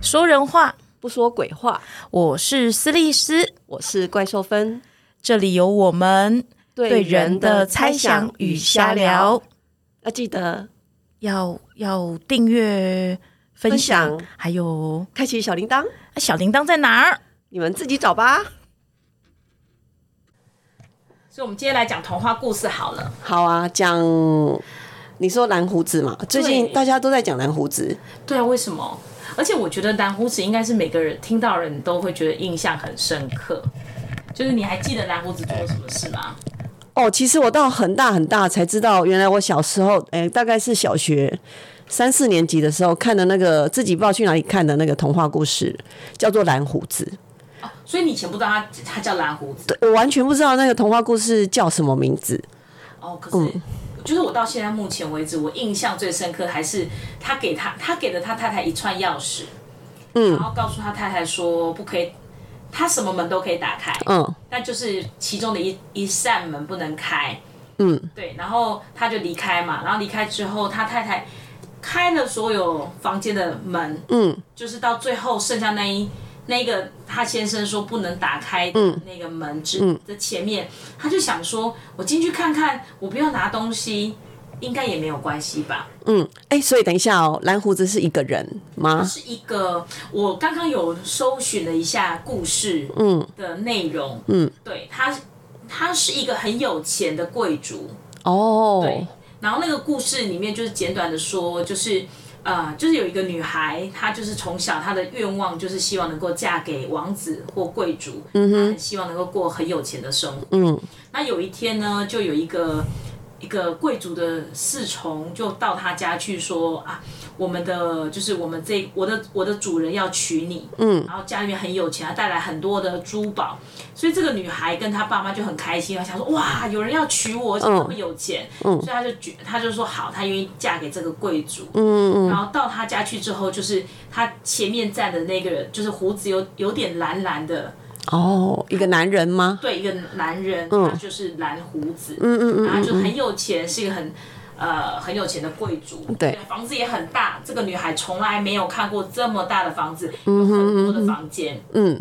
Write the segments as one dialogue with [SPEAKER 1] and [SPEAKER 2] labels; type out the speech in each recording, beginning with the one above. [SPEAKER 1] 说人话，
[SPEAKER 2] 不说鬼话。
[SPEAKER 1] 我是斯利斯，
[SPEAKER 2] 我是怪兽芬，
[SPEAKER 1] 这里有我们对人的猜想与瞎聊。，
[SPEAKER 2] 要记得
[SPEAKER 1] 要要订阅、分享，
[SPEAKER 2] 分享
[SPEAKER 1] 还有
[SPEAKER 2] 开启小铃铛，
[SPEAKER 1] 啊小铃铛在哪儿？
[SPEAKER 2] 你们自己找吧。
[SPEAKER 3] 所以，我们今天来讲童话故事好了。
[SPEAKER 2] 好啊，讲你说蓝胡子嘛，最近大家都在讲蓝胡子，
[SPEAKER 3] 对啊，为什么？而且我觉得蓝胡子应该是每个人听到人都会觉得印象很深刻。就是你还记得蓝胡子做了什么事吗？
[SPEAKER 2] 哦，其实我到很大很大才知道，原来我小时候，哎、大概是小学三四年级的时候看的那个自己不知道去哪里看的那个童话故事，叫做《蓝胡子》。
[SPEAKER 3] 所以你以前不知道他他叫蓝胡子
[SPEAKER 2] 我完全不知道那个童话故事叫什么名字。
[SPEAKER 3] 哦，可是。就是我到现在目前为止，我印象最深刻还是他给他他给了他太太一串钥匙，嗯，然后告诉他太太说不可以，他什么门都可以打开，
[SPEAKER 2] 嗯，
[SPEAKER 3] 但就是其中的一一扇门不能开。嗯，对，然后他就离开嘛，然后离开之后，他太太开了所有房间的门，嗯，就是到最后剩下那一那个他先生说不能打开那个门之的前面，他就想说，我进去看看，我不要拿东西，应该也没有关系吧。
[SPEAKER 2] 哎、所以等一下哦，蓝胡子是一个人吗？
[SPEAKER 3] 是一个，我刚刚有搜寻了一下故事，嗯，的内容，嗯，对，他他是一个很有钱的贵族，
[SPEAKER 2] 哦
[SPEAKER 3] 对，然后那个故事里面就是简短的说，就是呃，就是有一个女孩，她就是从小她的愿望就是希望能够嫁给王子或贵族，嗯哼，很希望能够过很有钱的生活。嗯，那有一天呢，就有一个一个贵族的侍从就到她家去说啊。我们的就是我们这我的我的主人要娶你，嗯，然后家里面很有钱，他带来很多的珠宝，所以这个女孩跟她爸妈就很开心，她想说哇，有人要娶我，而且这么有钱，所以她就决，她就说好，她愿意嫁给这个贵族。嗯嗯。然后到她家去之后，就是她前面站的那个人，就是胡子有有点蓝蓝的，
[SPEAKER 2] 哦，一个男人吗？
[SPEAKER 3] 对，一个男人，他就是蓝胡子，嗯嗯嗯，然后就很有钱，是一个很。呃，很有钱的贵族，
[SPEAKER 2] 对
[SPEAKER 3] 房子也很大。这个女孩从来没有看过这么大的房子，有很多的房间，
[SPEAKER 2] 嗯，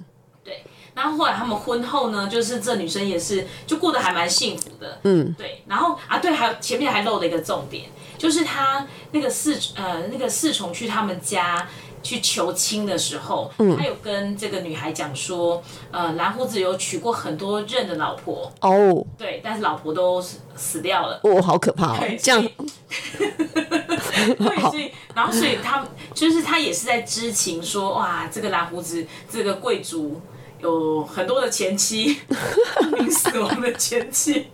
[SPEAKER 3] 然后后来他们婚后呢，就是这女生也是就过得还蛮幸福的，嗯，对。然后啊，对，还有前面还漏了一个重点，就是他那个侍呃那个侍从去他们家去求亲的时候，他有跟这个女孩讲说，呃，蓝胡子有娶过很多任的老婆，
[SPEAKER 2] 哦，
[SPEAKER 3] 对，但是老婆都死死掉了。
[SPEAKER 2] 哦，好可怕哦
[SPEAKER 3] 对，
[SPEAKER 2] 这样
[SPEAKER 3] 所以对，所以 然后所以他就是他也是在知情说，哇，这个蓝胡子这个贵族有很多的前妻， 濒临死亡的前妻，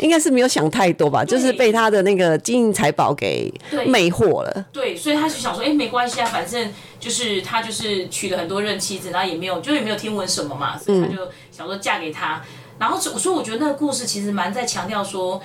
[SPEAKER 2] 应该是没有想太多吧，就是被他的那个金银财宝给
[SPEAKER 3] 对
[SPEAKER 2] 魅惑了。
[SPEAKER 3] 对，所以他就想说，哎、没关系啊，反正就是他就是娶了很多任妻子，然后也没有就也没有听闻什么嘛，所以他就想说嫁给他。然后所所以我觉得那个故事其实蛮在强调说，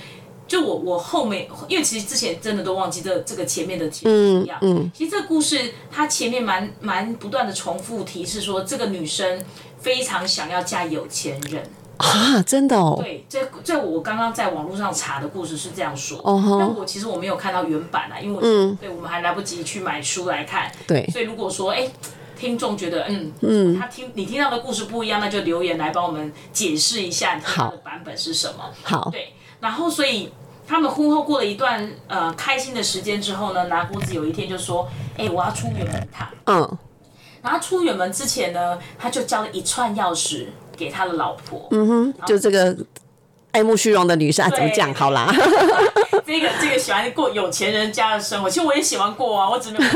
[SPEAKER 3] 就我我后面，因为其实之前真的都忘记这这个前面的前提一样。嗯，其实这个故事它前面蛮蛮不断的重复提示说，这个女生非常想要嫁有钱人。
[SPEAKER 2] 啊，真的哦，
[SPEAKER 3] 对，这这我刚刚在网络上查的故事是这样说，
[SPEAKER 2] 哦嗯吼
[SPEAKER 3] 但我其实我没有看到原版啊，因为我、对我们还来不及去买书来看，
[SPEAKER 2] 对
[SPEAKER 3] 所以如果说哎。听众觉得，嗯嗯，他听你听到的故事不一样，那就留言来帮我们解释一下你听到的版本是什么。
[SPEAKER 2] 好，
[SPEAKER 3] 对，然后所以他们婚后过了一段呃开心的时间之后呢，蓝胡子有一天就说：“哎、我要出远门一趟。”
[SPEAKER 2] 嗯，
[SPEAKER 3] 然后出远门之前呢，他就交了一串钥匙给他的老婆。
[SPEAKER 2] 就这个爱慕虚荣的女生啊，怎么讲 好啦？
[SPEAKER 3] 这个这个喜欢过有钱人家的生活，其实我也喜欢过啊，我只没有。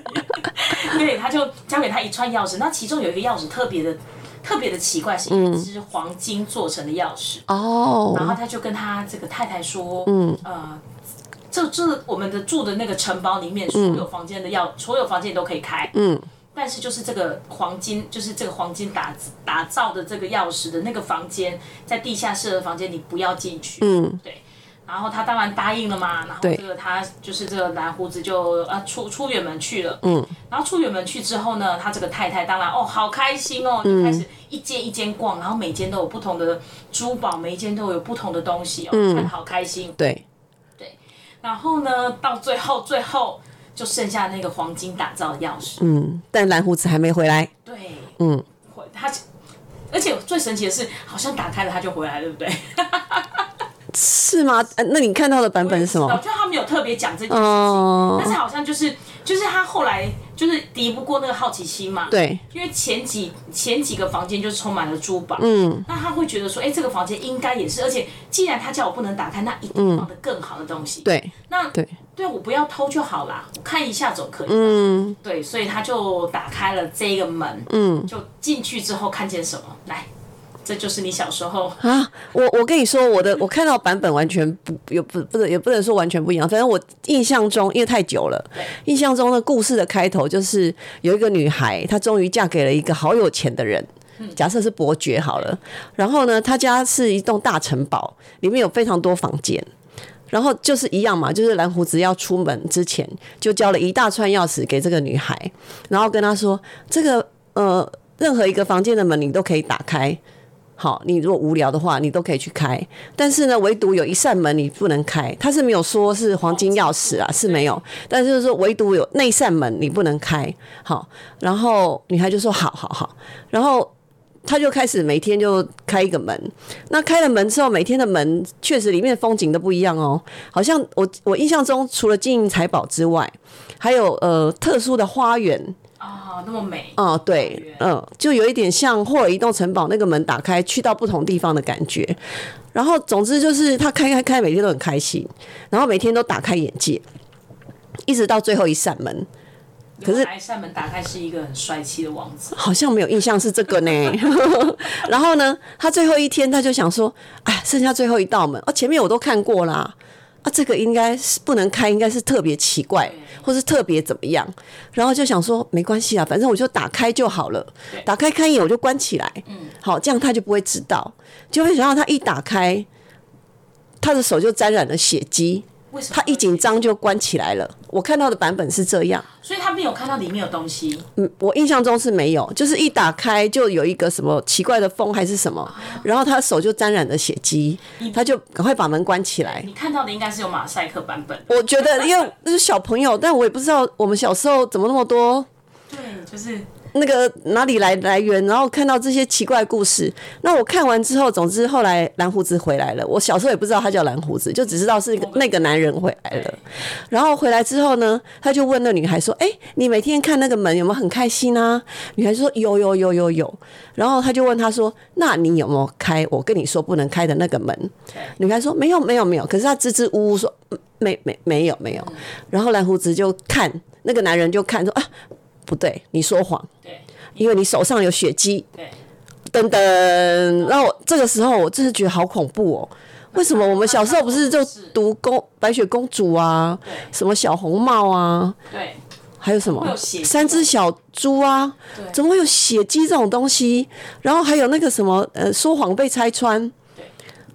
[SPEAKER 3] 对，他就交给他一串钥匙，那其中有一个钥匙特别的、特别的奇怪，是一只黄金做成的钥匙。然后
[SPEAKER 2] 哦，
[SPEAKER 3] 他就跟他这个太太说，嗯，呃，这这我们的住的那个城堡里面，所有房间的钥，所有房间都可以开，嗯。但是就是这个黄金，就是这个黄金打打造的这个钥匙的那个房间，在地下室的房间，你不要进去。嗯，对。然后他当然答应了嘛，然后
[SPEAKER 2] 对
[SPEAKER 3] 这个他就是这个蓝胡子就啊出出远门去了。嗯。然后出远门去之后呢，他这个太太当然哦好开心哦，就开始一间一间逛，然后每间都有不同的珠宝，每一间都有不同的东
[SPEAKER 2] 嗯
[SPEAKER 3] 西哦，看得好开心。
[SPEAKER 2] 对，
[SPEAKER 3] 然后呢，到最后最后就剩下那个黄金打造的钥匙。
[SPEAKER 2] 嗯，但蓝胡子还没回来。
[SPEAKER 3] 对，嗯，他，而且最神奇的是，好像打开了他就回来，对不对？
[SPEAKER 2] 是吗？呃那你看到的 版本是什
[SPEAKER 3] 我
[SPEAKER 2] 么？
[SPEAKER 3] 觉得他没有特别讲这件事情，
[SPEAKER 2] 哦
[SPEAKER 3] 但是好像就是就是他后来就是敌不过那个好奇心嘛。。
[SPEAKER 2] 对，
[SPEAKER 3] 因为前几前几个房间就是充满了珠宝，嗯，那他会觉得说，哎、这个房间应该也是，而且既然他叫我不能打开，那一
[SPEAKER 2] 嗯
[SPEAKER 3] 定放的更好的东西，
[SPEAKER 2] 对，
[SPEAKER 3] 那
[SPEAKER 2] 对
[SPEAKER 3] 对我不要偷就好啦，我看一下总可以。嗯，对，所以他就打开了这个门，嗯，就进去之后看见什么？来，这就是你小时候
[SPEAKER 2] 啊，我我跟你说，我的我看到版本完全不也不不能也不能说完全不一样，反正我印象中因为太久了，印象中的故事的开头就是有一个女孩，她终于嫁给了一个好有钱的人。假设是伯爵好了，然后呢，她家是一栋大城堡，里面有非常多房间，然后就是一样嘛，就是蓝胡子要出门之前就交了一大串钥匙给这个女孩，然后跟她说，这个呃，任何一个房间的门你都可以打开，好，你如果无聊的话，你都可以去开。但是呢，唯独有一扇门你不能开，它是没有说是黄金钥匙啊，是没有。但是就是说，唯独有那扇门你不能开。好，然后女孩就说：“好好好。”然后她就开始每天就开一个门。那开了门之后，每天的门确实里面的风景都不一样哦。好像我我印象中，除了金银财宝之外，还有呃特殊的花园。
[SPEAKER 3] 啊、那么美，
[SPEAKER 2] 哦，对，嗯，就有一点像霍尔移动城堡那个门打开，去到不同地方的感觉。然后，总之就是他开开开，每天都很开心，然后每天都打开眼界，一直到最后一扇门，
[SPEAKER 3] 可
[SPEAKER 2] 是
[SPEAKER 3] 一扇门打开是一个很帅气的王子，
[SPEAKER 2] 好像没有印象是这个呢。 然后呢，他最后一天他就想说，哎，剩下最后一道门，哦，前面我都看过啦，啊，这个应该是不能开，应该是特别奇怪，或是特别怎么样。然后就想说，没关系啊，反正我就打开就好了，打开开一眼我就关起来，好，这样他就不会知道。就会想到他一打开，他的手就沾染了血迹，
[SPEAKER 3] 为什么
[SPEAKER 2] 他一紧？张就关起来了。我看到的版本是这样。
[SPEAKER 3] 所以他没有看到里面有东西，
[SPEAKER 2] 嗯，我印象中是没有，就是一打开就有一个什么奇怪的风还是什么，然后他手就沾染了血迹，他就赶快把门关起来。
[SPEAKER 3] 你看到的应该是有马赛克版本。
[SPEAKER 2] 我觉得，因为那是小朋友，但我也不知道我们小时候怎么那么多
[SPEAKER 3] 对，就是
[SPEAKER 2] 那个哪里来来源，然后看到这些奇怪故事。那我看完之后，总之后来蓝胡子回来了。我小时候也不知道他叫蓝胡子，就只知道是一个那个男人回来了。然后回来之后呢，他就问那女孩说：“哎、你每天看那个门有没有很开心啊？”女孩说：“有有有有有。”然后他就问她说：“那你有没有开我跟你说不能开的那个门？”女孩说：“没有没有没有。”可是她支支吾吾说：“嗯没没没有没有。”然后蓝胡子就看那个男人就看说：“啊，不对，你说谎。”
[SPEAKER 3] 对
[SPEAKER 2] 因为你手上有血迹，
[SPEAKER 3] 对，
[SPEAKER 2] 等等。然后这个时候我真的觉得好恐怖哦。为什么我们小时候不是就读公白雪公主啊，什么小红帽啊，
[SPEAKER 3] 对
[SPEAKER 2] 还有什么
[SPEAKER 3] 会有血迹
[SPEAKER 2] 三只小猪啊，怎么会有血迹这种东西？然后还有那个什么呃，说谎被拆穿
[SPEAKER 3] 对。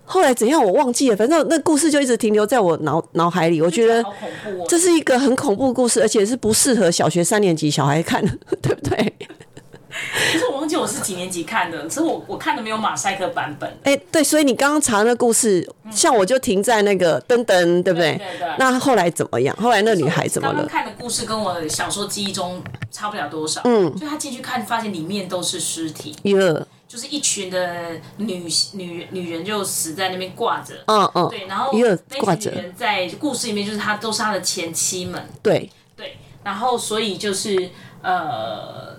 [SPEAKER 2] 后来怎样我忘记了，反正那故事就一直停留在我脑脑海里。我觉得
[SPEAKER 3] 好恐怖哦，
[SPEAKER 2] 这是一个很恐怖的故事，而且是不适合小学三年级小孩看， 的，对不对？
[SPEAKER 3] 可是我忘记我是几年级看的，只是我我看的没有马赛克版本。
[SPEAKER 2] 哎、对，所以你刚刚查那故事，像我就停在那个噔噔，对不对？
[SPEAKER 3] 嗯对对对
[SPEAKER 2] 那后来怎么样？后来那女孩怎么
[SPEAKER 3] 刚刚
[SPEAKER 2] 了？
[SPEAKER 3] 看的故事跟我小说记忆中差不了多少。嗯，就他进去看，发现里面都是尸体，
[SPEAKER 2] 一二，
[SPEAKER 3] 就是一群的女女女人就死在那边挂着。
[SPEAKER 2] 嗯嗯，
[SPEAKER 3] 对，然后
[SPEAKER 2] 一二挂
[SPEAKER 3] 那群
[SPEAKER 2] 着
[SPEAKER 3] 女，人在故事里面就是她都是她的前妻们。
[SPEAKER 2] 对，
[SPEAKER 3] 对，然后所以就是呃，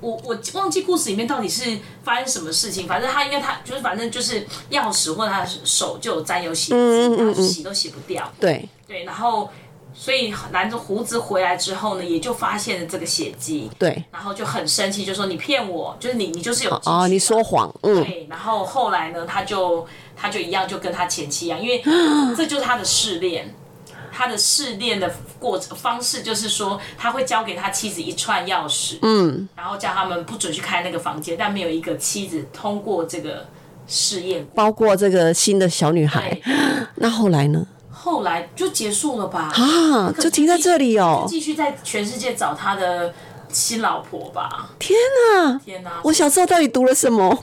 [SPEAKER 3] 我我忘记故事里面到底是发生什么事情，反正他应该他就是反正就是钥匙或者他手就有沾有血迹，
[SPEAKER 2] 嗯嗯嗯
[SPEAKER 3] 然后洗都洗不掉。
[SPEAKER 2] 对，
[SPEAKER 3] 对，然后所以拦着胡子回来之后呢，也就发现了这个血迹，
[SPEAKER 2] 对，
[SPEAKER 3] 然后就很生气，就说你骗我，就是你你就是有进去
[SPEAKER 2] 哦，你
[SPEAKER 3] 嘛
[SPEAKER 2] 说谎，嗯，
[SPEAKER 3] 对，然后后来呢，他就他就一样，就跟他前妻一样，因为
[SPEAKER 2] 啊
[SPEAKER 3] 这就是他的试炼，他的试炼的过程方式就是说，他会交给他妻子一串钥匙，嗯，然后叫他们不准去开那个房间，但没有一个妻子通过这个试 验过。
[SPEAKER 2] 包括这个新的小女孩
[SPEAKER 3] 对，，
[SPEAKER 2] 那后来呢？
[SPEAKER 3] 后来就结束了吧？
[SPEAKER 2] 啊，就停在这里哦
[SPEAKER 3] 就。 继续在全世界找他的新老婆吧。
[SPEAKER 2] 天哪、
[SPEAKER 3] 天哪！
[SPEAKER 2] 我小时候到底读了什么？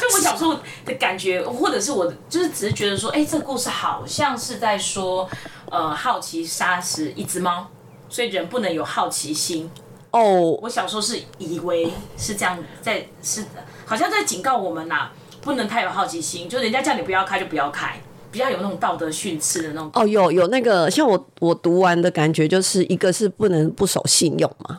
[SPEAKER 3] 就我小时候的感觉，或者是我的，就是只是觉得说，哎、这个故事好像是在说，呃，好奇杀死一只猫，所以人不能有好奇心。
[SPEAKER 2] 哦，
[SPEAKER 3] 我小时候是以为是这样，在是好像在警告我们呐、不能太有好奇心，就人家叫你不要开就不要开，比较有那种道德训斥的那种。
[SPEAKER 2] 哦，有有那个，像我我读完的感觉就是一个是不能不守信用嘛，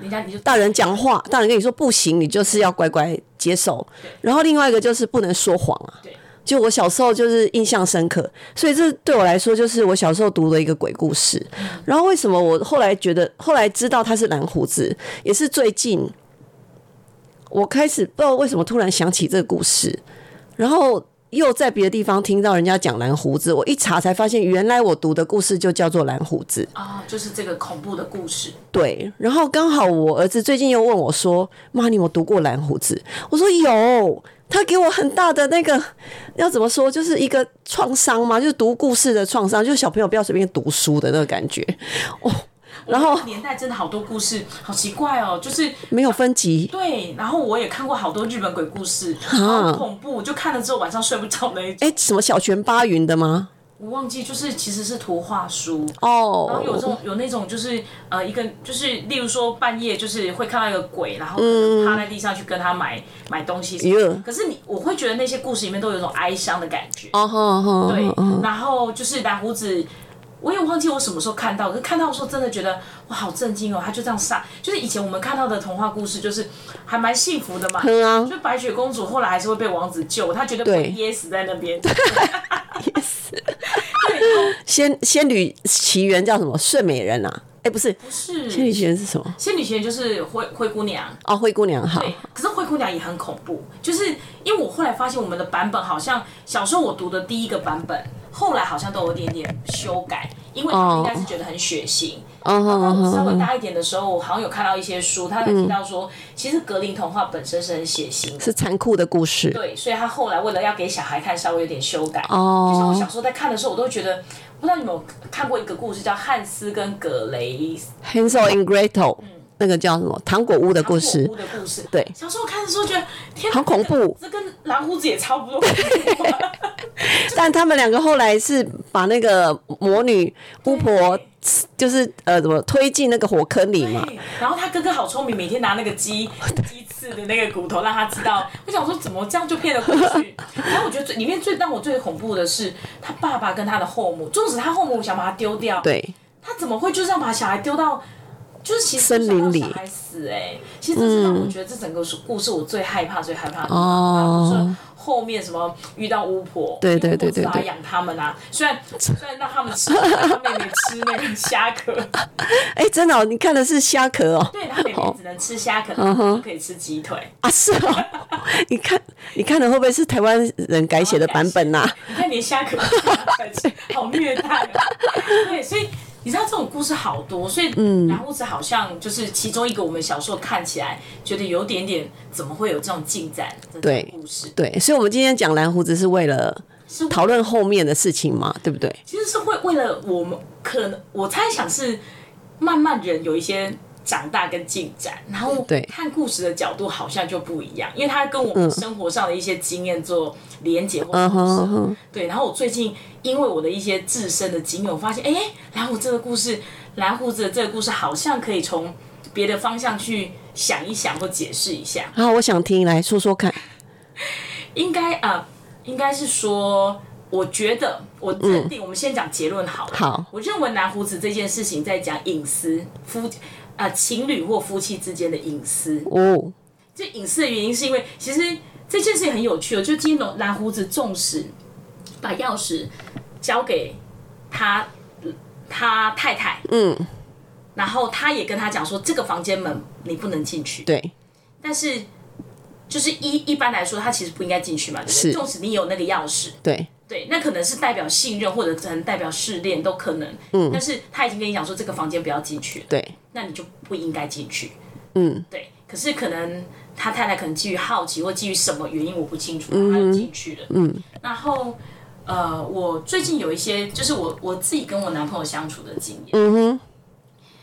[SPEAKER 3] 人啊家你就
[SPEAKER 2] 大人讲话，大人跟你说不行，你就是要乖乖接受。然后另外一个就是不能说谎啊
[SPEAKER 3] 对。
[SPEAKER 2] 就我小时候就是印象深刻，所以这对我来说就是我小时候读的一个鬼故事。然后为什么我后来觉得，后来知道他是蓝胡子，也是最近我开始不知道为什么突然想起这个故事，然后又在别的地方听到人家讲蓝胡子，我一查才发现原来我读的故事就叫做蓝胡子。
[SPEAKER 3] 啊、就是这个恐怖的故事。
[SPEAKER 2] 对，然后刚好我儿子最近又问我说：“妈，你有没有读过《蓝胡子》？”我说有，他给我很大的那个要怎么说，就是一个创伤嘛，就是读故事的创伤，就是小朋友不要随便读书的那个感觉哦。然后
[SPEAKER 3] 年代真的好多故事，好奇怪哦，就是
[SPEAKER 2] 没有分级，
[SPEAKER 3] 对。然后我也看过好多日本鬼故事，好恐怖，就看了之后晚上睡不着那一种。
[SPEAKER 2] 哎，什么小泉八云的吗？
[SPEAKER 3] 我忘记，就是其实是图画书。然后有这
[SPEAKER 2] 哦，
[SPEAKER 3] 种有那种就是呃一个就是例如说半夜就是会看到一个鬼，然后可能趴在地上去跟他买买东西什么的
[SPEAKER 2] 嗯哟
[SPEAKER 3] 可是你我会觉得那些故事里面都有一种哀伤的感觉。
[SPEAKER 2] 哦吼吼，
[SPEAKER 3] 对
[SPEAKER 2] 哦，哦
[SPEAKER 3] 然后就是蓝胡子，我也忘记我什么时候看到，可是看到的时候真的觉得哇好震惊哦，他就这样杀，就是以前我们看到的童话故事，就是还蛮幸福的嘛。
[SPEAKER 2] 嗯啊
[SPEAKER 3] 就白雪公主后来还是会被王子救，她绝对不会
[SPEAKER 2] 对
[SPEAKER 3] 噎死在那 边。哦
[SPEAKER 2] 仙仙女奇缘叫什么？睡美人啊？哎，不是，
[SPEAKER 3] 是
[SPEAKER 2] 仙女奇缘是什么？
[SPEAKER 3] 仙女奇缘就是灰灰姑娘，
[SPEAKER 2] 哦，灰姑娘好，
[SPEAKER 3] 对，可是灰姑娘也很恐怖，就是因为我后来发现我们的版本好像小时候我读的第一个版本，后来好像都有一点点修改，因为他们应该是觉得很血腥。
[SPEAKER 2] 哦吼
[SPEAKER 3] 那
[SPEAKER 2] 吼
[SPEAKER 3] 我稍微
[SPEAKER 2] 吼，
[SPEAKER 3] 大一点的时候，我好像有看到一些书，他有提到说，其实格林童话本身是很血腥的。
[SPEAKER 2] 嗯是残酷的故事。
[SPEAKER 3] 对，所以他后来为了要给小孩看，稍微有点修改。
[SPEAKER 2] 哦
[SPEAKER 3] 就像我小时候在看的时候，我都会觉得，不知道你们有看过一个故事叫《汉斯跟葛雷
[SPEAKER 2] Hansel and Gretel，、那个叫什么糖果屋的
[SPEAKER 3] 糖
[SPEAKER 2] 故事
[SPEAKER 3] 果屋，的故事。
[SPEAKER 2] 对
[SPEAKER 3] 小时候看的时候觉得，天哪，
[SPEAKER 2] 好恐怖
[SPEAKER 3] 这跟蓝胡子也差 不多恐怖啊。
[SPEAKER 2] 但他们两个后来是把那个魔女巫婆，就是呃怎么推进那个火坑里嘛。
[SPEAKER 3] 对然后他哥哥好聪明，每天拿那个 鸡鸡翅的那个骨头让他知道。我想说，怎么这样就骗得过去？然后我觉得最里面最让我最恐怖的是他爸爸跟他的后母，纵使他后母想把他丢掉，
[SPEAKER 2] 对，
[SPEAKER 3] 他怎么会就这样把小孩丢到？就是其实
[SPEAKER 2] 森林里
[SPEAKER 3] 想让小孩死哎、其实这是让我觉得这整个故事我最害怕、最害怕的地方。
[SPEAKER 2] 哦
[SPEAKER 3] 然后就是后面什么遇到巫婆，
[SPEAKER 2] 对对
[SPEAKER 3] 因为
[SPEAKER 2] 对
[SPEAKER 3] 巫婆
[SPEAKER 2] 对
[SPEAKER 3] 只好
[SPEAKER 2] 对
[SPEAKER 3] 养他们啊，虽然虽然让他们吃，让他妹妹吃那个虾壳，
[SPEAKER 2] 哎、真的、哦，你看的是虾壳哦，
[SPEAKER 3] 对，他妹妹只能吃虾壳，不可以吃鸡腿。
[SPEAKER 2] 啊是哦，你看你看的会不会是台湾人改写的版本啊呐、
[SPEAKER 3] 你看连虾壳都拿出 来吃，好虐待、啊。对，所以你知道这种故事好多，所以
[SPEAKER 2] 嗯
[SPEAKER 3] 蓝胡子好像就是其中一个我们小时候看起来觉得有点点怎么会有这种进展的这种故事，
[SPEAKER 2] 对，所以我们今天讲蓝胡子是为了
[SPEAKER 3] 是
[SPEAKER 2] 讨论后面的事情嘛，对不对？
[SPEAKER 3] 其实是会为了我们可能我猜想是慢慢人有一些。长大跟进展，然后
[SPEAKER 2] 对
[SPEAKER 3] 看故事的角度好像就不一样，因为它跟我们生活上的一些经验做连结或
[SPEAKER 2] 嗯
[SPEAKER 3] 投
[SPEAKER 2] 哼
[SPEAKER 3] 射
[SPEAKER 2] 嗯哼，
[SPEAKER 3] 对，然后我最近因为我的一些自身的经验，我发现，哎，蓝胡子的故事，蓝胡子的这个故事好像可以从别的方向去想一想或解释一下。
[SPEAKER 2] 好，我想听，来说说看。
[SPEAKER 3] 应该啊、呃应该是说，我觉得我认定，我们先讲结论好了。
[SPEAKER 2] 好
[SPEAKER 3] 我认为蓝胡子这件事情在讲隐私夫啊、情侣或夫妻之间的隐私。
[SPEAKER 2] 哦，
[SPEAKER 3] 这隐私的原因是因为其实这件事情很有趣哦，就今天蓝胡子纵使把钥匙交给他他太太，嗯，然后他也跟他讲说这个房间门你不能进去，
[SPEAKER 2] 对，
[SPEAKER 3] 但是就是一一般来说他其实不应该进去嘛，对不对？
[SPEAKER 2] 是
[SPEAKER 3] 纵使你有那个钥匙，
[SPEAKER 2] 对，
[SPEAKER 3] 对，那可能是代表信任或者可能代表试炼都可能，嗯，但是他已经跟你讲说这个房间不要进去了。
[SPEAKER 2] 对，
[SPEAKER 3] 那你就不应该进去。嗯，对。可是可能他太太可能基于好奇或基于什么原因，我不清楚，他就进去了。嗯，然后呃，我最近有一些就是我我自己跟我男朋友相处的经验，
[SPEAKER 2] 嗯哼，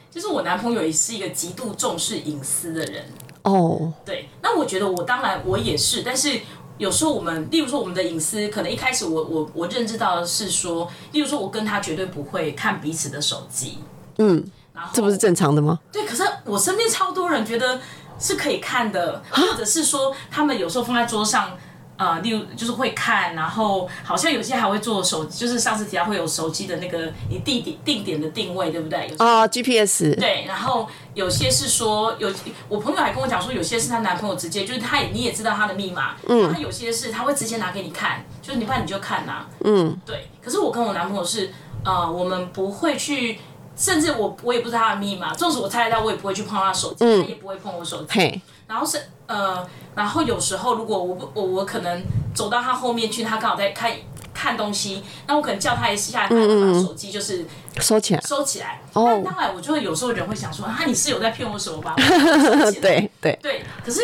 [SPEAKER 3] 就是我男朋友也是一个极度重视隐私的人。
[SPEAKER 2] 哦，
[SPEAKER 3] 对，那我觉得我当然我也是，但是有时候我们，例如说我们的隐私，可能一开始我我我认知到的是说，例如说我跟他绝对不会看彼此的手机，嗯，然后
[SPEAKER 2] 这不是正常的吗？
[SPEAKER 3] 对，可是我身边超多人觉得是可以看的，或者是说他们有时候放在桌上。呃，例如就是会看，然后好像有些还会做手，就是上次提到会有手机的那个你地点定点的定位，对不对？有
[SPEAKER 2] 啊、g p s
[SPEAKER 3] 对，然后有些是说有，我朋友还跟我讲说，有些是她男朋友直接就是她也你也知道她的密码，嗯，她有些是她会直接拿给你看，就是你怕你就看呐、嗯，对。可是我跟我男朋友是，呃，我们不会去，甚至我我也不知道他的密码，纵使我猜得到，我也不会去碰他的手机，他也不会碰我手机，
[SPEAKER 2] 嘿，
[SPEAKER 3] 然后是呃，然后有时候如果我不我我可能走到他后面去，他刚好在看看东西，那我可能叫他一下，他就把手机就是
[SPEAKER 2] 收起来。
[SPEAKER 3] 收起来。
[SPEAKER 2] 哦
[SPEAKER 3] 但当然，我就会有时候人会想说啊，你是有在骗我什么吧？我 就收起来
[SPEAKER 2] 对对，
[SPEAKER 3] 对，可是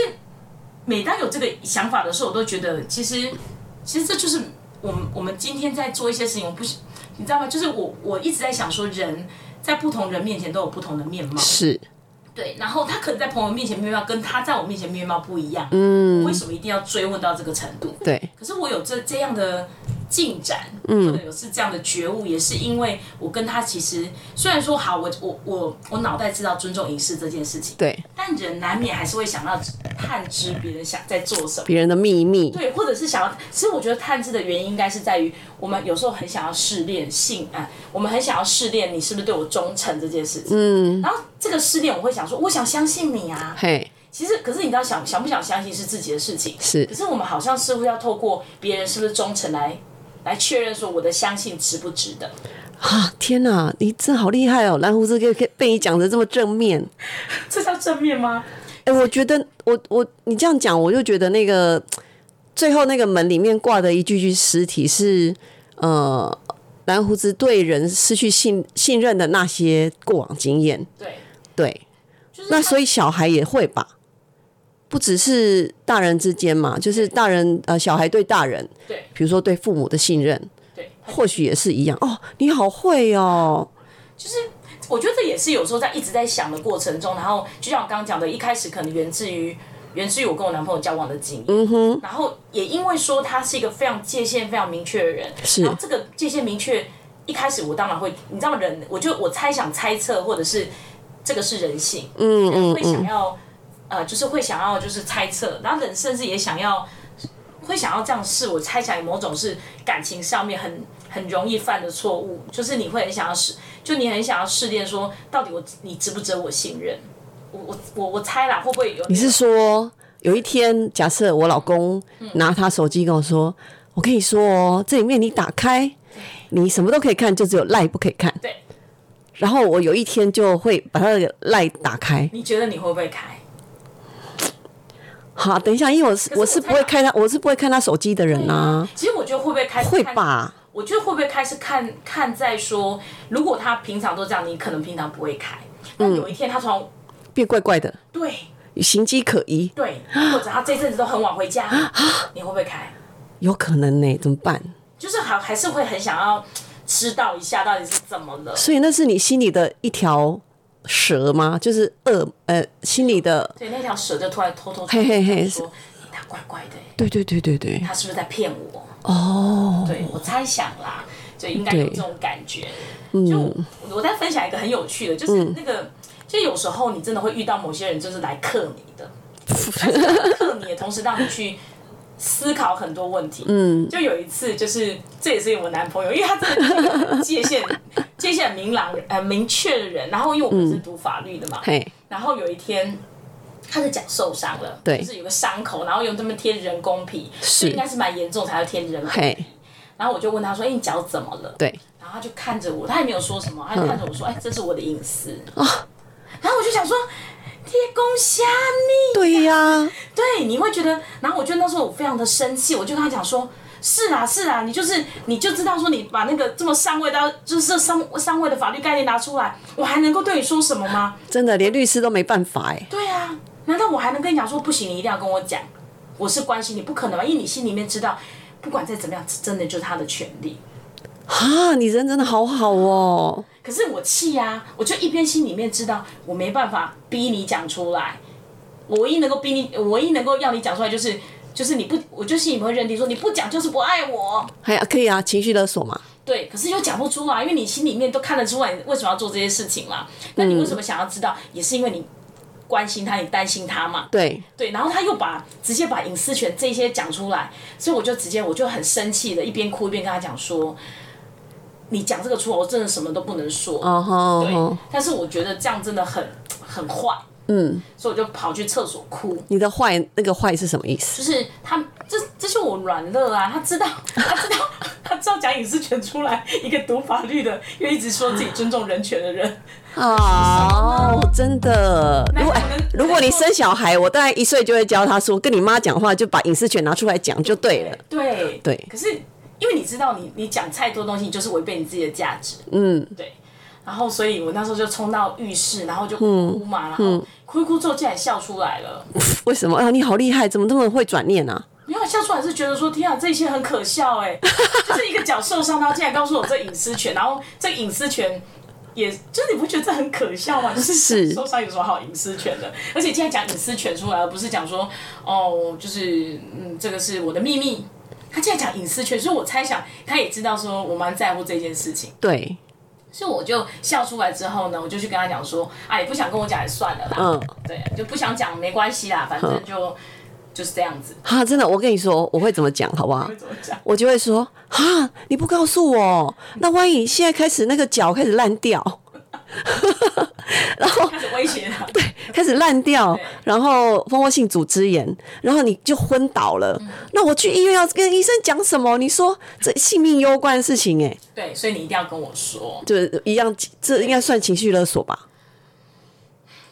[SPEAKER 3] 每当有这个想法的时候，我都觉得其实其实这就是我们我们今天在做一些事情，我不是你知道吗？就是我我一直在想说人。在不同人面前都有不同的面貌，
[SPEAKER 2] 是
[SPEAKER 3] 对，然后他可能在朋友面前面貌跟他在我面前面貌不一样，嗯，为什么一定要追问到这个程度？
[SPEAKER 2] 对，
[SPEAKER 3] 可是我有这这样的进展，或者有是这样的觉悟，也是因为我跟他其实虽然说好，我我我我脑袋知道尊重隐私这件事情，
[SPEAKER 2] 对，
[SPEAKER 3] 但人难免还是会想要探知别人想在做什么。
[SPEAKER 2] 别人的秘密，
[SPEAKER 3] 对，或者是想要，其实我觉得探知的原因应该是在于，我们有时候很想要试炼性啊、我们很想要试炼你是不是对我忠诚这件事情。嗯，然后这个试炼，我会想说，我想相信你啊，
[SPEAKER 2] 嘿，
[SPEAKER 3] 其实，可是你知道想想不想相信是自己的事情，
[SPEAKER 2] 是
[SPEAKER 3] 可是我们好像似乎要透过别人是不是忠诚来来确认说我的相信值不值得。
[SPEAKER 2] 啊，天哪，你真好厉害哦！蓝胡子可以可以被你讲的这么正面，
[SPEAKER 3] 这叫正面吗？
[SPEAKER 2] 哎、我觉得我我你这样讲，我就觉得那个最后那个门里面挂的一具具尸体是呃蓝胡子对人失去信信任的那些过往经验，
[SPEAKER 3] 对，
[SPEAKER 2] 对，
[SPEAKER 3] 就是
[SPEAKER 2] 那
[SPEAKER 3] 他
[SPEAKER 2] 所以小孩也会吧。不只是大人之间嘛，就是大人呃，小孩对大人，
[SPEAKER 3] 对
[SPEAKER 2] 比如说对父母的信任，
[SPEAKER 3] 对，
[SPEAKER 2] 或许也是一样哦。你好会哦，
[SPEAKER 3] 就是我觉得这也是有时候在一直在想的过程中，然后就像我刚刚讲的，一开始可能源自于源自于我跟我男朋友交往的经验，嗯哼，然后也因为说他是一个非常界限非常明确的人，
[SPEAKER 2] 是
[SPEAKER 3] 然后这个界限明确，一开始我当然会，你知道人，我就我猜想猜测或者是这个是人性，嗯嗯，会想要呃，就是会想要就是猜测，然后人甚至也想要。会想要这样试，我猜想有某种是感情上面很很容易犯的错误，就是你会很想要试，就你很想要试炼，说到底我你值不值得我信任？我我我我猜啦，会不会有
[SPEAKER 2] 你是说有一天，假设我老公
[SPEAKER 3] 嗯
[SPEAKER 2] 拿他手机跟我说：“我跟你说哦，这里面你打开，你什么都可以看，就只有赖不可以看。”
[SPEAKER 3] 对。
[SPEAKER 2] 然后我有一天就会把他的赖打开。
[SPEAKER 3] 你觉得你会不会开？
[SPEAKER 2] 好，等一下，因为我是
[SPEAKER 3] 可是
[SPEAKER 2] 我
[SPEAKER 3] 我
[SPEAKER 2] 是不
[SPEAKER 3] 猜啊
[SPEAKER 2] 会看他，我是不会看他手机的人呐、
[SPEAKER 3] 其实我觉得会不会开
[SPEAKER 2] 会？
[SPEAKER 3] 看
[SPEAKER 2] 吧？
[SPEAKER 3] 我觉得会不会开是看看在说，如果他平常都这样，你可能平常不会开，
[SPEAKER 2] 嗯
[SPEAKER 3] 但有一天他从、
[SPEAKER 2] 变怪怪的，
[SPEAKER 3] 对
[SPEAKER 2] 形迹可疑，
[SPEAKER 3] 对，或者他这阵子都很晚回家，
[SPEAKER 2] 啊
[SPEAKER 3] 你会不会开？
[SPEAKER 2] 有可能呢、怎么办？
[SPEAKER 3] 就是还还是会很想要知道一下到底是怎么了。
[SPEAKER 2] 所以那是你心里的一条蛇吗？就是恶呃，心里的
[SPEAKER 3] 对，那条蛇就突然偷偷
[SPEAKER 2] 嘿嘿嘿
[SPEAKER 3] 说，他怪怪的、
[SPEAKER 2] 对对对对对
[SPEAKER 3] 他是不是在骗我？
[SPEAKER 2] 哦，
[SPEAKER 3] 对我猜想啦，就应该有
[SPEAKER 2] 对
[SPEAKER 3] 这种感觉。就
[SPEAKER 2] 嗯
[SPEAKER 3] 我我再分享一个很有趣的，就是那个，就有时候你真的会遇到某些人，就是来克你 的，但是他克你的同时让你去。思考很多问题，嗯，就有一次，就是这也是我男朋友，因为他真的是一个很界限界限很明朗呃明确的人，然后因为我们是读法律的嘛，
[SPEAKER 2] 嘿，
[SPEAKER 3] 然后有一天，他的脚受伤了，
[SPEAKER 2] 对
[SPEAKER 3] 就是有个伤口，然后用这么贴人工皮，
[SPEAKER 2] 是
[SPEAKER 3] 应该是蛮严重才要贴人工。
[SPEAKER 2] 嘿，
[SPEAKER 3] 然后我就问他说：“哎、你脚怎么了？”
[SPEAKER 2] 对，
[SPEAKER 3] 然后他就看着我，他也没有说什么，
[SPEAKER 2] 嗯
[SPEAKER 3] 他就看着我说：“哎、这是我的隐私。
[SPEAKER 2] 哦
[SPEAKER 3] 然后我就想说，贴公虾你，
[SPEAKER 2] 对呀、
[SPEAKER 3] 对，你会觉得，然后我就那时候我非常的生气，我就跟他讲说。是啦、是啦、你就是你就知道说你把那个这么上位到就是上上位的法律概念拿出来，我还能够对你说什么吗？
[SPEAKER 2] 真的连律师都没办法哎。
[SPEAKER 3] 对啊，难道我还能跟你讲说不行？你一定要跟我讲，我是关心你，不可能吧？因为你心里面知道，不管再怎么样，真的就是他的权利。
[SPEAKER 2] 啊，你人真的好好哦，
[SPEAKER 3] 可是我气啊，我就一边心里面知道我没办法逼你讲出来，我唯一能够逼你，我唯一能够要你讲出来就是就是你不，我就心里面会认定说你不讲就是不爱我。
[SPEAKER 2] 啊还可以啊，情绪勒索嘛，
[SPEAKER 3] 对，可是又讲不出来，因为你心里面都看得出来，你为什么要做这些事情啦？那你为什么想要知道？也是因为你关心他，你担心他嘛。
[SPEAKER 2] 对，
[SPEAKER 3] 对，然后他又把直接把隐私权这些讲出来，所以我就直接我就很生气的，一边哭一边跟他讲说：“你讲这个出来，我真的什么都不能说。
[SPEAKER 2] 哦吼
[SPEAKER 3] 对
[SPEAKER 2] 吼，
[SPEAKER 3] 但是我觉得这样真的很很坏，
[SPEAKER 2] 嗯，
[SPEAKER 3] 所以我就跑去厕所哭。
[SPEAKER 2] 你的坏那个坏是什么意思？
[SPEAKER 3] 就是他，这这是我软肋啊！他知道，他知道， 他知道讲隐私权出来，一个读法律的，又一直说自己尊重人权的人，
[SPEAKER 2] 哦，啊真的，
[SPEAKER 3] 那
[SPEAKER 2] 如果
[SPEAKER 3] 我们
[SPEAKER 2] 哎如果你生小孩，我大概一岁就会教他说，跟你妈讲话就把隐私权拿出来讲就对了。
[SPEAKER 3] 对
[SPEAKER 2] 对
[SPEAKER 3] 可是因为你知道你，你讲太多东西，你就是违背你自己的价值。
[SPEAKER 2] 嗯，
[SPEAKER 3] 对。然后，所以我那时候就冲到浴室，然后就
[SPEAKER 2] 嗯
[SPEAKER 3] 哭嘛，然后哭一哭之后，竟然笑出来了。
[SPEAKER 2] 为什么啊？你好厉害，怎么那么会转念啊？
[SPEAKER 3] 没有笑出来是觉得说，天啊，这一切很可笑哎、就是一个脚受伤，然后竟然告诉我这隐私权，然后这隐私权也，就是你不觉得这很可笑吗？就是
[SPEAKER 2] 是
[SPEAKER 3] 受伤有什么好隐私权的？而且竟然讲隐私权出来，而不是讲说哦，就是嗯，这个是我的秘密。他竟然讲隐私权，所以我猜想他也知道说我蛮在乎这件事情，
[SPEAKER 2] 对，
[SPEAKER 3] 所以我就笑出来之后呢，我就去跟他讲说，啊，你不想跟我讲也算了啦，
[SPEAKER 2] 嗯，
[SPEAKER 3] 对，就不想讲没关系啦，反正就就是这样子，
[SPEAKER 2] 哈，啊真的，我跟你说，我会怎么讲，好不好
[SPEAKER 3] 会？怎么讲？
[SPEAKER 2] 我就会说，哈，你不告诉我，那万一现在开始那个脚开始烂 掉，然后
[SPEAKER 3] 开始威胁他。 对，
[SPEAKER 2] 开始烂掉
[SPEAKER 3] 对，
[SPEAKER 2] 然后蜂窝性组织炎，然后你就昏倒了。那我去医院要跟医生讲什么？你说这性命攸关的事情、哎，
[SPEAKER 3] 所以你一定要跟我说。
[SPEAKER 2] 就是一样，这应该算情绪勒索吧？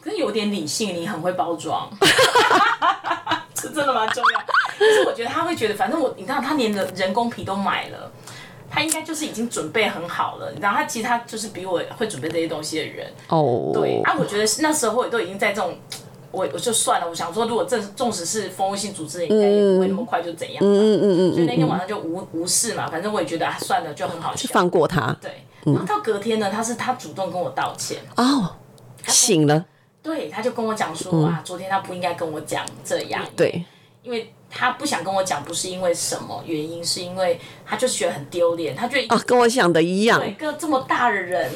[SPEAKER 3] 可是有点理性，你很会包 装。是真的蛮重要。但是我觉得他会觉得，反正我，你看他连人人工皮都买了，他应该就是已经准备很好了。你知道，他其实他就是比我会准备这些东西的人。
[SPEAKER 2] 哦，
[SPEAKER 3] 对，啊，我觉得是那时候我都已经在这种，我我就算了，我想说，如果这纵使是蜂窝性组织炎，应该也不会那么快就怎样。嗯嗯嗯嗯。所以那天晚上就无无视嘛，反正我也觉得、啊、算了，就很好笑。
[SPEAKER 2] 放过他
[SPEAKER 3] 对，然后到隔天呢，他是他主动跟我道歉。
[SPEAKER 2] 哦，醒了，
[SPEAKER 3] 对，他就跟我讲说、啊，昨天他不应该跟我讲这样，，
[SPEAKER 2] 嗯对，
[SPEAKER 3] 因为他不想跟我讲，不是因为什么原因，是因为他就是觉得很丢脸，他觉得
[SPEAKER 2] 啊，跟我想的一样
[SPEAKER 3] 有一。个这么大的人，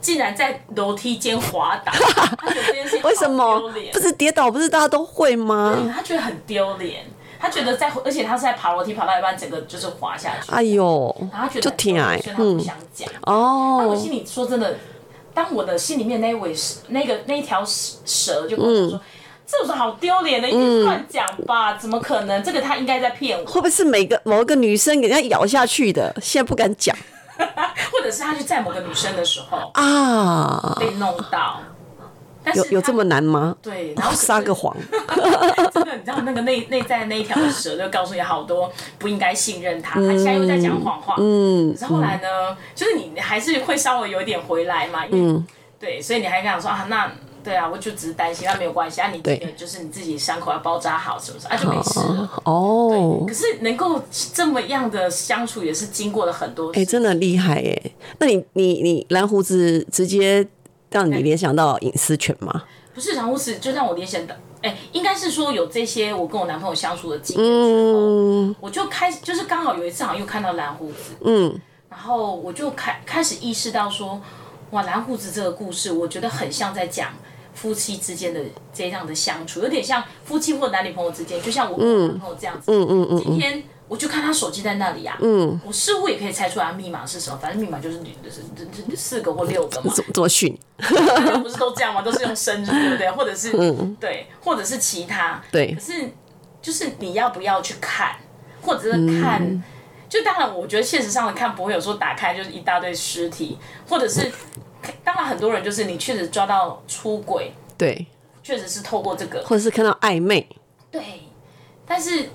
[SPEAKER 3] 竟然在楼梯间滑 倒，他觉得这件事情
[SPEAKER 2] 为什
[SPEAKER 3] 好丢
[SPEAKER 2] 么
[SPEAKER 3] 脸
[SPEAKER 2] 不是跌倒？不是大家都会吗？
[SPEAKER 3] 他觉得很丢脸，他觉得在，而且他是在爬楼梯爬到一半，整个就是滑下去，
[SPEAKER 2] 哎呦
[SPEAKER 3] 然后他觉，得
[SPEAKER 2] 就
[SPEAKER 3] 很丢
[SPEAKER 2] 挺
[SPEAKER 3] 脸
[SPEAKER 2] 矮
[SPEAKER 3] 所以，他不
[SPEAKER 2] 嗯，
[SPEAKER 3] 想讲。我
[SPEAKER 2] 哦
[SPEAKER 3] 心，里说真的，当我的心里面那一尾蛇那个那一条蛇就跟
[SPEAKER 2] 嗯
[SPEAKER 3] 我说。这有什么好丢脸的？一定乱讲吧？怎么可能？这个他应该在骗我，
[SPEAKER 2] 会不会是每个某一个女生给人家咬下去的？现在不敢讲
[SPEAKER 3] 或者是他去载某个女生的时候
[SPEAKER 2] 啊？
[SPEAKER 3] 被弄到。但是
[SPEAKER 2] 有有
[SPEAKER 3] 他
[SPEAKER 2] 这么难吗？哦
[SPEAKER 3] 对？然后
[SPEAKER 2] 撒个谎，
[SPEAKER 3] 真的，你知道那个内内在的那一条蛇，就告诉你好多不应该信任他，他现在又在讲谎话。嗯，可是后来呢，就是你还是会稍微有一点回来嘛，因为对，所以你还跟他说啊，那对啊，我就只是担心，那没有关系，啊，你这
[SPEAKER 2] 对
[SPEAKER 3] 个就是你自己伤口要包扎好什么什么，啊就没事了。
[SPEAKER 2] 哦
[SPEAKER 3] 可，是能够这么样的相处，也是经过了很多
[SPEAKER 2] 哎、真的很厉害哎！那你你你蓝胡子直接让你联想到隐私权吗？
[SPEAKER 3] 不是长胡子，就让我联想到，哎、应该是说有这些我跟我男朋友相处的经验之后，我就开始就是刚好有一次好像又看到蓝胡子，嗯，然后我就开开始意识到说，哇，蓝胡子这个故事，我觉得很像在讲。夫妻之间的这样的相处，有点像夫妻或男女朋友之间，就像我跟我男朋友这样子。嗯嗯嗯。今天我就看他手机在那里啊。嗯。我似乎也可以猜出来他密码是什么，反正密码就是就是四个或六个嘛。
[SPEAKER 2] 怎么怎么训？
[SPEAKER 3] 大家不是都这样吗？都是用生日，对不对？或者是、对，或者是其他。
[SPEAKER 2] 对
[SPEAKER 3] 可是就是你要不要去看，或者是看。就当然，我觉得现实上的看不会有说打开就是一大堆尸体，或者是，当然很多人就是你确实抓到出轨，
[SPEAKER 2] 对，
[SPEAKER 3] 确实是透过这个
[SPEAKER 2] 或者是看到暧昧，
[SPEAKER 3] 对，但是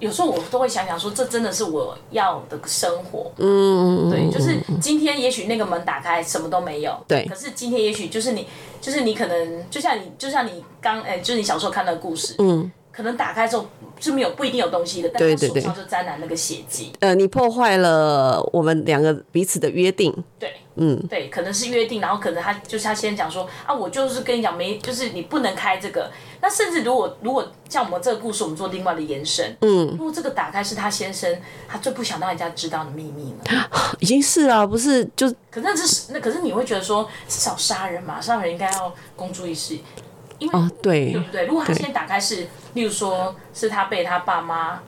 [SPEAKER 3] 有时候我都会想想说，这真的是我要的生活。嗯，对，就是今天也许那个门打开，什么都没有。
[SPEAKER 2] 对
[SPEAKER 3] 可是今呃天也许就是你，就是你可能就像你，就像你刚，哎、就是你小时候看的故事。嗯。可能打开之后是没有不一定有东西的，但
[SPEAKER 2] 对
[SPEAKER 3] 他
[SPEAKER 2] 对
[SPEAKER 3] 手
[SPEAKER 2] 对
[SPEAKER 3] 上就沾染那个血迹。
[SPEAKER 2] 呃，你破坏了我们两个彼此的约定，
[SPEAKER 3] 对，嗯，对，可能是约定，然后可能他就是他先讲说啊，我就是跟你讲没，就是你不能开这个。那甚至如果如果像我们这个故事，我们做另外的延伸，嗯，如果这个打开是他先生，他最不想让人家知道的秘密呢？
[SPEAKER 2] 已经是啊，不是就
[SPEAKER 3] 可那只是那可是你会觉得说，至少杀人嘛，杀人应该要公诸于世，因为、
[SPEAKER 2] 哦，对
[SPEAKER 3] 对不对？如果他
[SPEAKER 2] 对
[SPEAKER 3] 先打开是，例如说是他被他爸妈。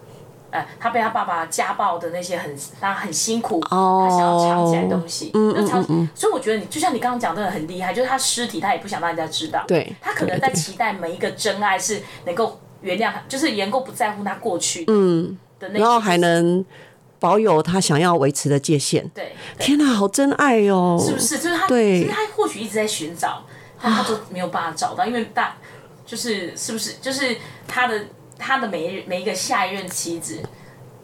[SPEAKER 3] 呃，他被他爸爸家暴的那些很，他很辛苦，
[SPEAKER 2] 哦嗯
[SPEAKER 3] 他想要藏起来东西，就藏。所以我觉得你就像你刚刚讲的很厉害，就是他尸体他也不想让人家知道，
[SPEAKER 2] 对
[SPEAKER 3] 他可能
[SPEAKER 2] 对
[SPEAKER 3] 在
[SPEAKER 2] 对
[SPEAKER 3] 期待每一个真爱是能够原谅他，就是能够不在乎他过去，嗯，的那些
[SPEAKER 2] 然后还能保有他想要维持的界限。
[SPEAKER 3] 对，对
[SPEAKER 2] 天哪、好真爱哦！
[SPEAKER 3] 是不是？就是他，
[SPEAKER 2] 对
[SPEAKER 3] 就是他或许一直在寻找，但他都没有办法找到，因为大就是是不是就是他的他的每一每一个下一任妻子，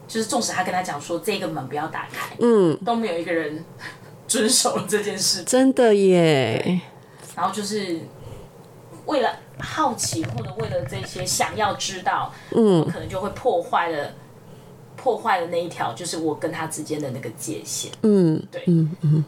[SPEAKER 3] 就是纵使他跟他讲说这个门不要打开，嗯，都没有一个人 遵守了这件事，
[SPEAKER 2] 真的耶，
[SPEAKER 3] 然后就是为了好奇或者为了这些想要知道，嗯，可能就会破坏了。破坏了那一条，就是我跟他之间的那个界限。
[SPEAKER 2] 嗯，
[SPEAKER 3] 对，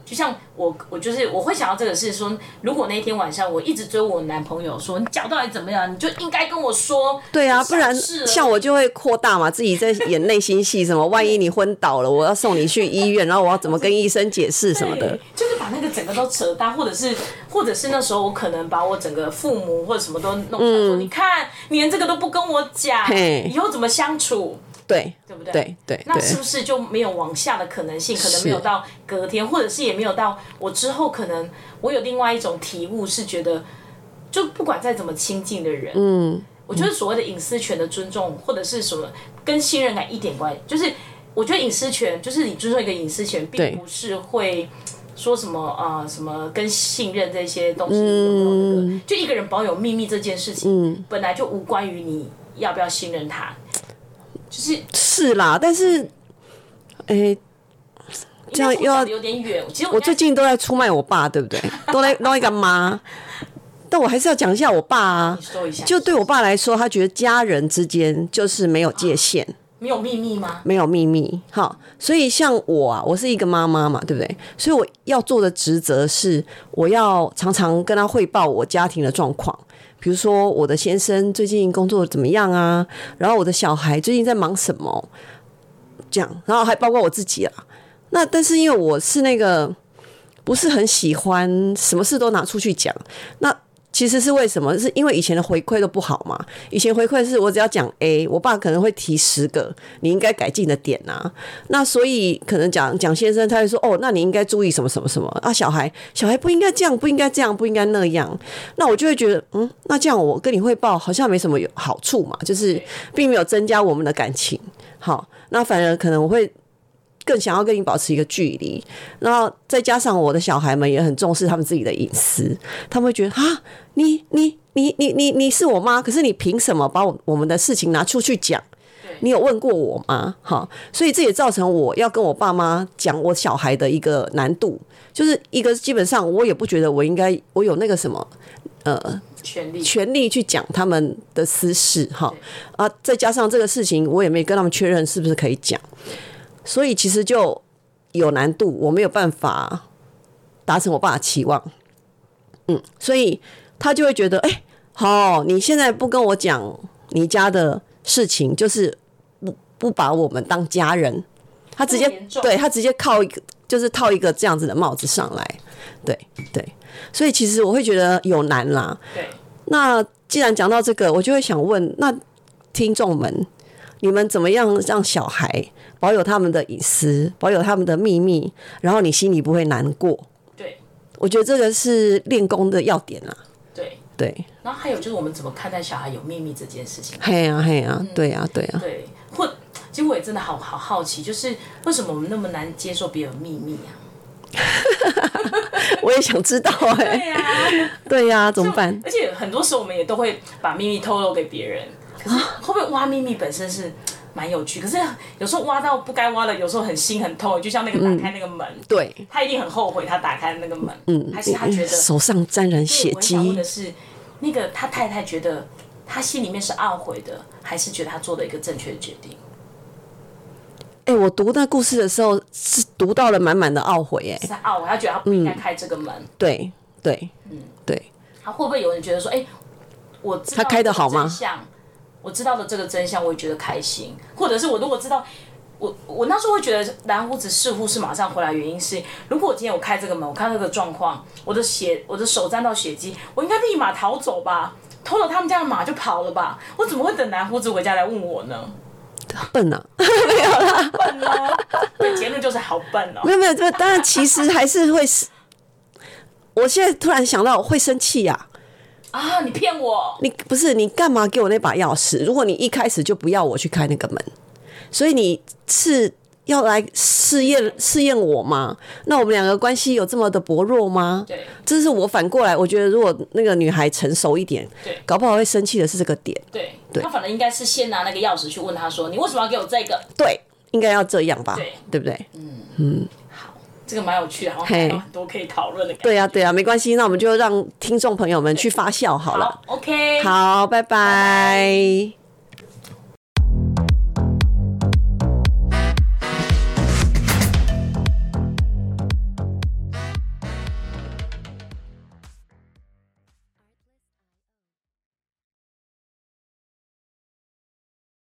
[SPEAKER 3] 就像我，我就是我会想到这个是说，如果那天晚上我一直追我男朋友说你脚到底怎么样，你就应该跟我说。
[SPEAKER 2] 对啊，不然
[SPEAKER 3] 是
[SPEAKER 2] 像我就会扩大嘛，自己在演内心戏，什么万一你昏倒了，我要送你去医院，然后我要怎么跟医生解释什么的
[SPEAKER 3] 对，，就是把那个整个都扯淡，或者是或者是那时候我可能把我整个父母或者什么都弄出来，说你看你连这个都不跟我讲，
[SPEAKER 2] 嗯嘿
[SPEAKER 3] 以后怎么相处，
[SPEAKER 2] 对
[SPEAKER 3] 对不对？
[SPEAKER 2] 对对
[SPEAKER 3] 那是
[SPEAKER 2] 对
[SPEAKER 3] 不，是就没有往下的可能性？可能没有到隔天，或者是也没有到我之后，可能我有另外一种体悟，是觉得就不管再怎么亲近的人，嗯，我觉得所谓的隐私权的尊重，或者是什么跟信任感一点关系，就是我觉得隐私权就是你尊重一个隐私权，并不是会。说什么啊、呃什么跟信任这些东西有没有那个？就一个人保有秘密这件事情，本来就无关于你要不要信任他，就是
[SPEAKER 2] 是啦，但是，哎，这样
[SPEAKER 3] 因为
[SPEAKER 2] 又要
[SPEAKER 3] 我讲得有点远。其实
[SPEAKER 2] 我
[SPEAKER 3] 我
[SPEAKER 2] 最近都在出卖我爸，对 不对？都在都在干嘛？但我还是要讲一下我爸啊，
[SPEAKER 3] 说一下，
[SPEAKER 2] 就对我爸来说，他觉得家人之间就是没有界限。
[SPEAKER 3] 没有秘密吗？
[SPEAKER 2] 没有秘密。好，所以像我啊，我是一个妈妈嘛，对不对？所以我要做的职责是，我要常常跟他汇报我家庭的状况，比如说我的先生最近工作怎么样啊，然后我的小孩最近在忙什么，这样，然后还包括我自己啊。那但是因为我是那个不是很喜欢什么事都拿出去讲，那。其实是为什么？是因为以前的回馈都不好嘛。以前回馈是我只要讲 A，我爸可能会提十个你应该改进的点啊。那所以可能讲蒋先生他会说哦，那你应该注意什么什么什么啊。小孩小孩不应该这样，不应该这样，不应该那样。那我就会觉得嗯，那这样我跟你汇报好像没什么有好处嘛，就是并没有增加我们的感情。好，那反而可能我会更想要跟你保持一个距离。然后再加上我的小孩们也很重视他们自己的隐私，他们会觉得啊，你你你你你你是我妈，可是你凭什么把我我们的事情拿出去讲？你有问过我吗？好，所以这也造成我要跟我爸妈讲我小孩的一个难度，就是一个基本上我也不觉得我应该我有那个什么呃
[SPEAKER 3] 权利
[SPEAKER 2] 权利去讲他们的私事哈啊，再加上这个事情我也没跟他们确认是不是可以讲，所以其实就有难度，我没有办法达成我爸的期望，嗯，所以他就会觉得，哎、好、你现在不跟我讲你家的事情，就是不不把我们当家人，他直接
[SPEAKER 3] 这么严重
[SPEAKER 2] 对他直接靠一个就是套一个这样子的帽子上来，对对，所以其实我会觉得有难啦，
[SPEAKER 3] 对，
[SPEAKER 2] 那既然讲到这个，我就会想问，那听众们，你们怎么样让小孩保有他们的隐私，保有他们的秘密，然后你心里不会难过？
[SPEAKER 3] 对，
[SPEAKER 2] 我觉得这个是练功的要点啊。
[SPEAKER 3] 对。
[SPEAKER 2] 对，
[SPEAKER 3] 然后还有就是我们怎么看待小孩有秘密这件事情？
[SPEAKER 2] 嘿呀、啊、嘿呀、
[SPEAKER 3] 嗯
[SPEAKER 2] 啊，对呀、啊、对呀、啊，
[SPEAKER 3] 对，或其实我也真的好好好奇，就是为什么我们那么难接受别人秘密啊？
[SPEAKER 2] 我也想知道哎、
[SPEAKER 3] 呀、
[SPEAKER 2] 对呀、怎么办？
[SPEAKER 3] 啊而且很多时候我们也都会把秘密透露给别人，可是会不会挖秘密本身是蛮有趣？可是有时候挖到不该挖的，有时候很心很痛，就像那个打开那个门，
[SPEAKER 2] 对，
[SPEAKER 3] 他一定很后悔他打开那个门，嗯，还是他觉得
[SPEAKER 2] 手上沾染血
[SPEAKER 3] 我很想问
[SPEAKER 2] 迹
[SPEAKER 3] 的，是，那个他太太觉得他心里面是懊悔的，还是觉得他做了一个正确的决定？
[SPEAKER 2] 哎、我读那故事的时候是读到了满满的懊悔、哎，
[SPEAKER 3] 是他懊悔，他觉得他不应该
[SPEAKER 2] 嗯
[SPEAKER 3] 开这个门。
[SPEAKER 2] 对对，对，
[SPEAKER 3] 他会不会有人觉得说，哎、我知道
[SPEAKER 2] 他开得好
[SPEAKER 3] 这
[SPEAKER 2] 吗
[SPEAKER 3] 个真相我知道了这个真相，我也觉得开心，或者是我如果知道。我我那时候会觉得蓝胡子似乎是马上回来，原因是如果我今天我开这个门，我看到这个状况，我的血我的手沾到血迹，我应该立马逃走吧，偷了他们家的马就跑了吧，我怎么会等蓝胡子回家来问我呢？
[SPEAKER 2] 笨啊！
[SPEAKER 3] 笨哦，对，结论就是好笨哦。
[SPEAKER 2] 没有没有，这当然其实还是会是。我现在突然想到，我会生气呀、
[SPEAKER 3] 啊，你骗我！
[SPEAKER 2] 你不是你干嘛给我那把钥匙？如果你一开始就不要我去开那个门，所以你是要来试验试验我吗？那我们两个关系有这么的薄弱吗？
[SPEAKER 3] 对，
[SPEAKER 2] 这是我反过来，我觉得如果那个女孩成熟一点
[SPEAKER 3] 对，
[SPEAKER 2] 搞不好会生气的是这个点。
[SPEAKER 3] 对，
[SPEAKER 2] 对
[SPEAKER 3] 他反而应该是先拿那个钥匙去问他说：“你为什么要给我这个
[SPEAKER 2] 对，应该要这样吧？
[SPEAKER 3] 对
[SPEAKER 2] 不对？？”
[SPEAKER 3] 这个蛮有趣的，好像
[SPEAKER 2] 嘿
[SPEAKER 3] 还有很多可以讨论的感觉。
[SPEAKER 2] 对啊呀、对呀、没关系，那我们就让听众朋友们去发酵好了。
[SPEAKER 3] 好，OK，
[SPEAKER 2] 好，拜拜